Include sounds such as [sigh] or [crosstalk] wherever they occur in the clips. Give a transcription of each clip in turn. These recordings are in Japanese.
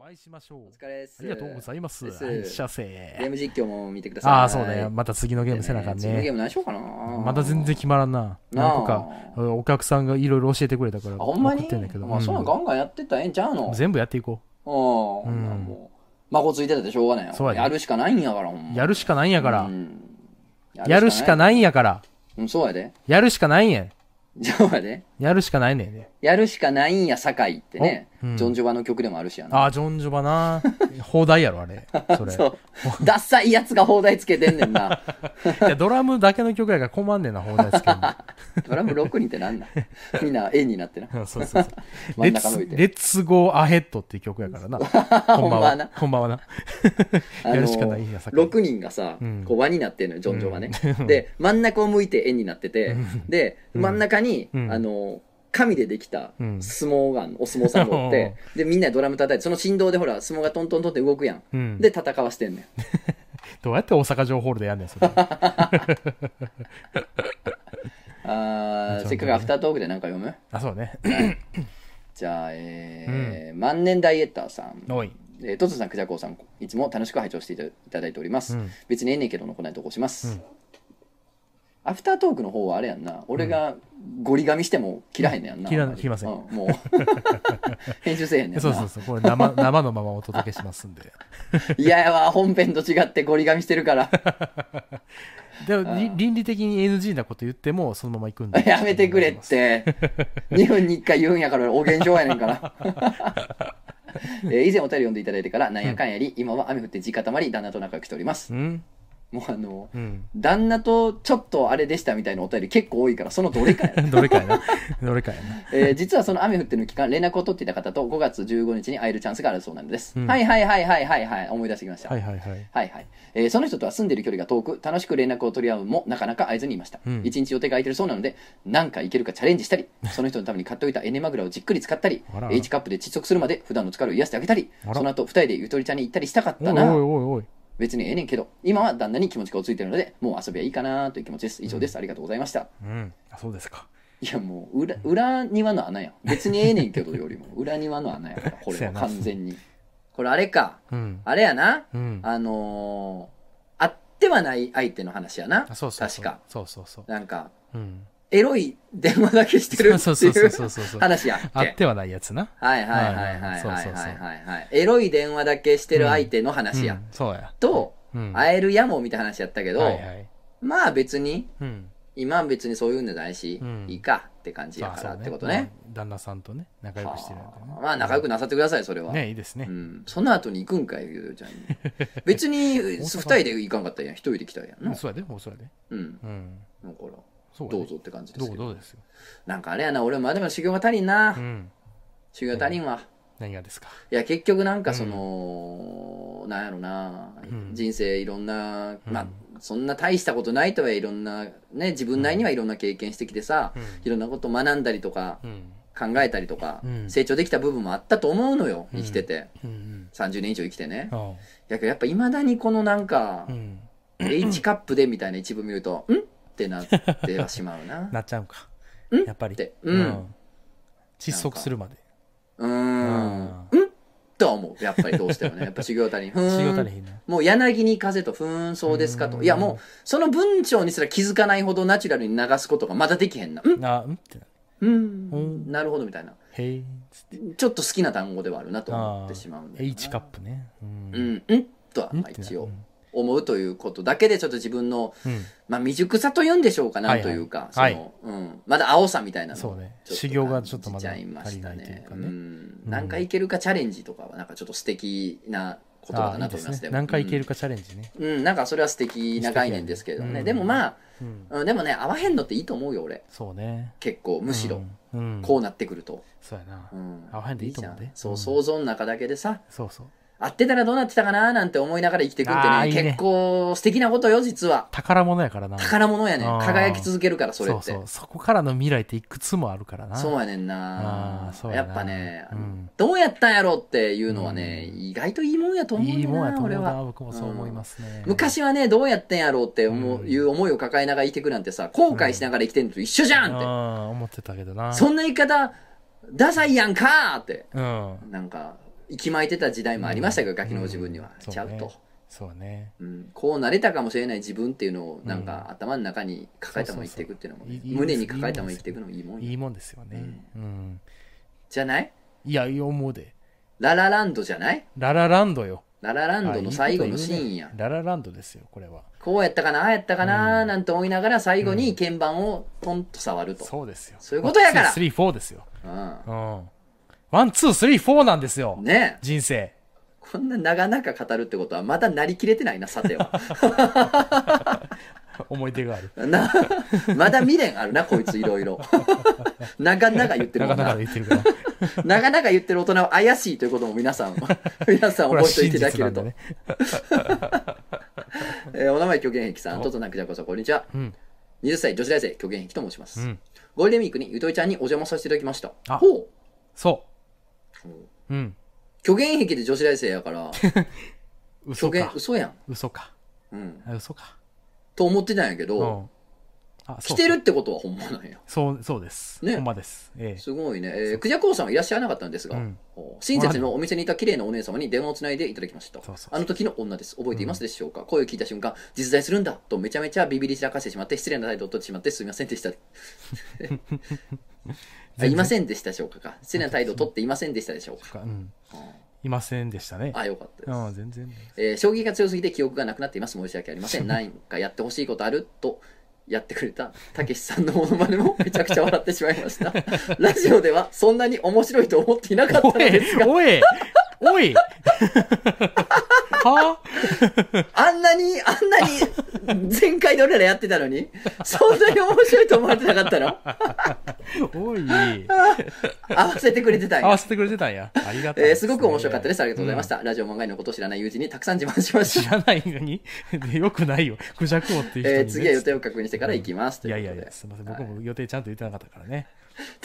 会いしましょう。お疲れです。ありがとうございます。ですはい、射ゲー精。ム実況も見てください。ああ、そうね。また次のゲームせなあかん次のね。ゲーム何しようかな。また全然決まらんな。ななんとか、あ。お客さんがいろいろ教えてくれたから、あ、ほんま送にってんだけど。まあ、そんなんガンガンやってったらええんちゃううんの全部やっていこうん。うんなんもう、まこついてたってしょうがないよ。そうやでやるしかないんやから、ほんう。ま。やるしかないんやからう。んやるしかい。ないんやから。うん、そうやで。 [laughs] やるしかないんや。そうやで。やるしかないねんね。やるしかないんや、堺ってね。おうんジョン・ジョバの曲でもあるしやな。ああ、ジョンジョバ [laughs] な。放題やろ、あれ。それ。そう。ダッサいやつが放題つけてんねんな。 [laughs] いや、ドラムだけの曲やから困んねんな、放題つけんの [laughs] ドラム6人ってなん [laughs] なんみんな円になってな。うんそうそうそう。真レんッ中ツ向いて。レッツゴーアヘッドっていう曲やからな。こんばん [laughs] ほんまはなは。こんばんはな。あのやるしかないんやさ6人がさ、うんこう輪になってんのよジョン・ジョはね、で真ん中を向いて円になってて、でうん真ん中に、うんあの紙でできたうん相撲があんのお相撲さんが [laughs] おって、でみんなでドラム叩いてその振動でほら相撲がトントントンって動くやんうん。で戦わしてんねんどうやって大阪城ホールでやんねん、 [laughs] それ。あちょっとーねせっかくアフタートークでなんか読むあ、そう [coughs] ね。じゃあえー万年ダイエッターさんおい。えートツさん、クジャコウさん、いつも楽しく拝聴していただいております。うん別にええねんけどのこないとこします、うんアフタートークの方はあれやんな、俺がゴリ髪しても切らへんねやんな。切らんあんまり切りませんうんも [laughs] う、編集せえへんねんな。そうそうそう。これ生、生のままお届けしますんで。いややわ、本編と違ってゴリ髪してるから。 [laughs] でも、り倫理的に NG なこと言っても、そのまま行くんで。 [laughs] やめてくれって。2分に1回言うんやから、お現象やねんから。 [laughs] えー以前お便り読んでいただいてから、なんやかんやり、今は雨降って地固まり、旦那と仲良くしておりますう。んもうあのうん。 [laughs] 旦那とちょっとあれでしたみたいなお便り結構多いからそのどれ [laughs] かやな、どれかやな。どれかや [laughs] な。えー実はその雨降ってる期間連絡を取っていた方と5月15日に会えるチャンスがあるそうなのです、うんはいはいはいはいはいはい思い出してきました、ははいいはいはい。はいえーその人とは住んでいる距離が遠く楽しく連絡を取り合うもなかなか会えずにいました、うん一日予定が空いてるそうなので何か行けるかチャレンジしたりその人のために買っておいたエネマグラをじっくり使ったりあらあら H カップで窒息するまで普段の疲れを癒してあげたりあらその後二人でゆとりちゃんに行ったりしたかっおいたおいなおいおい。別にええねんけど今は旦那に気持ちが落ち着いてるのでもう遊びはいいかなという気持ちです以上です、ありがとうございましたうん。あ、そうですか。いやもう裏裏庭の穴やん別にええねんけどよりも裏庭の穴やからこれせはやな完全にこれあれかうん。あれやなうん。あのー、あってはない相手の話やなあ、そうそうそう。確か。そうそうそう。なんか [laughs] うん。エロい電話だけして [laughs] るそうってそうそういそううそうそう。話やっ [laughs] あっけてはないやつな。はいはいはいはいはいそうはいそうそうはいはいエロい電話だけしてる相手の話や、うんそうや。とうん。会えるやもみたいな話やったけど、はいはい。まあ別にうん。今は別にそういうんじゃないし、うんいいかって感じやあかそうらってことね。まあ旦那さんとね、仲良くしてるんでねはあ。まあ仲良くなさってくださいそれは、ね、いいですねう。ん、その後に行くんかいゆうよち [laughs] ゃんに別に二人で行かんかったらいいやん一人で来たらいいやんなそうやで、もうそうやで。うんうん。だからそうやでどうぞって感じでどすうけどどうですよ。なんかあれやな俺まだまだ修行が足りんな、うん。修行足りんわ、何がですか。いや結局なんかその、なんやろな、うん人生いろんな、うんまあそんな大したことないとはいろんなね自分なりにはいろんな経験してきてさ、うんいろんなこと学んだりとかうん。考えたりとか、うん成長できた部分もあったと思うのよ生きてて、うんうん。 30年以上生きてね、あやけどやっぱいまだにこのなんあ。かう、ん。 H カップでみたいな一部見ると、んってなってはしまうな。 [laughs] なっちゃうかん。やっぱりって。うん。窒息するまで。うーん。んとは思う。やっぱりどうしてもね。やっぱ修行足りん。ふ仕事ー足ん。りへんな。もう柳に風と、ふーん、そうですかうと。んいやもう、その文章にすら気づかないほどナチュラルに流すことがまだできへんな。んあ、うんってな。うん。うんなるほどみたいな。へい。つってちょっと好きな単語ではあるなと思ってしまうんだよな H カップね。う。うんん。うんとは、うんまっあてな一う応ん。思うということだけでちょっと自分の、うん。まあ未熟さと言うんでしょうかなはいはいというか、はいその、うん。まだ青さみたいなのをそうね。ちょっと修行がちょっとまだ感足じちゃりないというかね。ん何回いけるかチャレンジとかはなんかちょっと素敵な言葉あだあ、いないとで思いすますね。何回いけるか、かチャレンジね。うんうんなんかそれは素敵な概念ですけれどもね、うんでもまあ、うん。うんでもね合わへんのっていいと思うよ俺そうね。結構むしろ、うん。うん。こうなってくると、そうやなう。ん、合わへんでいいと思うでじゃんそううん想像の中だけでさそうそう。合ってたらどうなってたかななんて思いながら生きていくってあーねいいね結構素敵なことよ実は宝物や [laughs] からな。宝物やねんあー輝き続けるからそれってそうそうそこからの未来っていくつもあるからなそうややねんなあーそうややなっぱね、うんどうやったんやろっていうのはね、うん意外といいもんやと思うよいいもんやと思俺うなは僕もそう思いますね、昔はねどうやってんやろうって思う、うんいう思いを抱えながら生きてくなんてさ後悔しながら生きてんのと一緒じゃんって、うん思ってたけどなそんな言い方ダサいやんかーってうんなんか息巻いてた時代もありましたけど、ガキの自分には、うんちゃうそうとねそうねうん、こうなれたかもしれない自分っていうのをなんか頭の中に抱えたまま生きていくっていうのもそね、うそうそういい胸に抱えたまま生きていくのもいいもんよいいもんですよねうん、じゃないいやいや思うでララランドじゃないララランドよララランドの最後のシーンやあいいこと言うねララランドですよこれはこうやったかなああやったかな、うんなんて思いながら最後に鍵盤をトンと触ると、そうですよそういうことやから1,2,3,4ですようんうんワンツースリーフォーなんですよ、ねえ人生こんな長々語るってことはまだなりきれてないなさては [laughs] 思い出があるなまだ未練あるなこいついろいろ [laughs] 長々言ってるなかもんなかな言ってるから長々言ってる大人は怪しいということも皆さん [laughs] 皆さんこ [laughs] 覚れはえておい真ていただけ実なるんでとねえーお名前、巨源壁さん、ととなくじゃこそ、こんにちは。うん20歳女子大生、巨源壁と申しまうす。んゴールデンウィークにゆとりちゃんにお邪魔させていただきました。あほう。そうん巨源壁で女子大生やから、 [laughs] 嘘巨か源、嘘やん。嘘かうん。あ嘘かと思ってたんやけうど、んあそう来てるってことはほんまなんや。そうそうですねほんまですええすごいね。えー、クジャコウさんはいらっしゃらなかったんですが、うんほう親切のお店にいた綺麗なお姉様に電話をつないでいただきましたそうそうそう。あの時の女です。覚えていますでしょうか、声を聞いた瞬間、実在するんだとめちゃめちゃビビり散らかしてしまって、失礼な態度を取ってしまってすみません [laughs] でした。あいませんでしたでしょうかか。失礼な態度を取っていませんでしたでしょうか。うんうんいませんでしたねあ、よかったです。うん全 [laughs] 然えー将棋が強すぎて記憶がなくなっています。申し訳あり [laughs] ません。何かやってほしいことあると、やってくれたたけしさんのモノマネもめちゃくちゃ笑ってしまい [laughs] ました。ラジオではそんなに面白いと思っていなかったのおいですが、おいおい [laughs] はあんなに、あんなに、前回で俺らやってたのに、そんなに面白いと思われてなかったのおい合わせてくれてたん合やわ。せてくれてたんやありがとうえーすごく面白かったです。ありがとうございましたた。ラジオ漫画のことを知らない友人にたくさん自慢しました知。らないのにでよくないよクジャク王 [laughs] っていう人に、ねえー次は予定を確認してから行きます。いとやういことやでいやすみません僕も予定ちゃんと言ってなかったからね、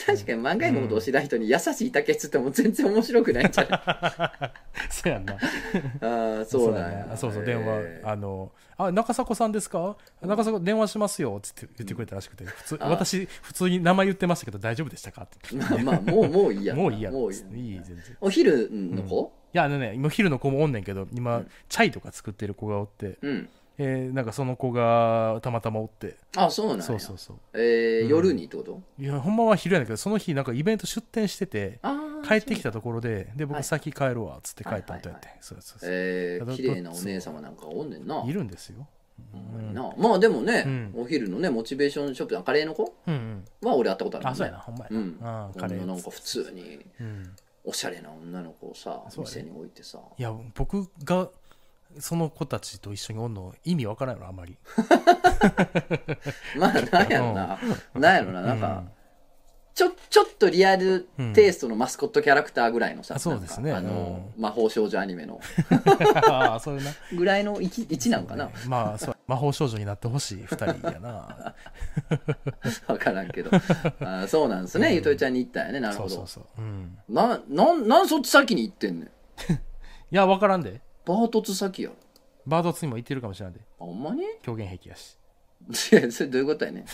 確かに漫画のことを知らない人に優しいだけっつっても全然面白くないんじゃ [laughs] ないそうやんなああ、そうなんや。そうそうへー電話、あの「あ中迫さんですか中迫電話しますよ」っつって言ってくれたらしくて、普通あ私普通に名前言ってましたけど大丈夫でしたかってまあまあ、もう、もういいや。もういいやもういいつっていい全然お昼の子いやあのね今昼の子もおんねんけど今、チャイとか作ってる子がおって、うん。えーなんかその子がたまたまおってあ、そうなんや。そうそうそうえーうん夜にってこといやほんまは昼やねんけどその日なんかイベント出店しててああ。帰ってきた。たところででは僕い先帰るわっつって帰ったんとやって、はそうそうそう、えたー、だ綺麗なお姉様なんかおんねんな。いるんですよほんまになまあでもね、うんお昼のね、モチベーションショップ、あカレーの子うんうんは俺会ったことあるもんあねそうやなほんまやうん。な、うん、あカレのーなんか普通に、うん、おしゃれな女の子をさ、そうやね店に置いてさ。いや僕がその子たちと一緒におんの意味わからんやろあんまりまあ、なんやろな。なんやろな、なんか、うんちょ、ちょっとリアルテイストのマスコットキャラクターぐらいのさ、うんあそうですねなんかあの、魔法少女アニメの、 [laughs] ああそういうなぐらいの [laughs] 位置位置なんかそなうねまあそう [laughs] 魔法少女になってほしい2人やなわからんけど。あーそうなんですね、ゆとりちゃんに行ったんや [laughs] ね、なるそほうそどう。そう、うん、な、なん、なんそっち先に行ってんねん。いやわからんでバートツ先やろ。バードツにも言ってるかもしれないであほんまに [laughs] い狂言癖やしや、それどういうことやねん。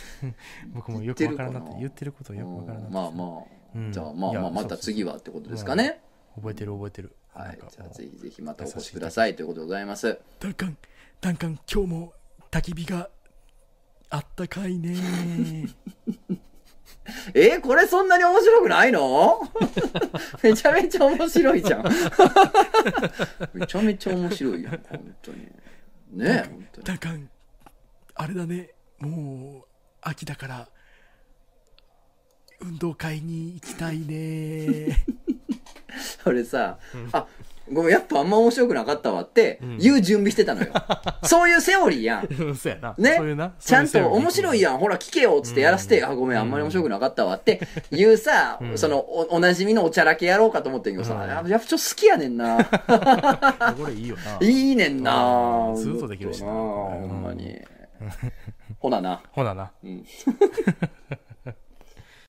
僕もよくわからんなって言言っってることよくわからんなってまあまうんあ。じゃあ、まあまあ、いやまた次はってことですかね。覚えてる覚えてるはなんいかも。うじゃあ、ぜひぜひまたお越しくださいということでございます。ダンカン、ダンカン、今日も焚き火があったかいね。 [laughs] えーこれそんなに面白くないの [laughs] めちゃめちゃ面白いじゃん。 [laughs] めちゃめちゃ面白いやん、本当に。ねえ、本当に。ダンカン、あれだね、もう秋だから、運動会に行きたい [laughs] ね。それさ、あ、ごめん、やっぱあんま面白くなかったわってん言う準備してたのよ。そういうセオリーやん。そうやな。ねそういうな。ちゃんと面白いややん、ほら聞けよっつってやらせて、あ、ごめん、あんまり面白くなかったわっていうさ、そのお、おなじみのおちゃらけやろうかと思ってんけどさ、うんやっぱちょっと好きやねんん。な。これいいよな。いいねんなうんずっとできるしなほんまに。ほなな。ほなな。うん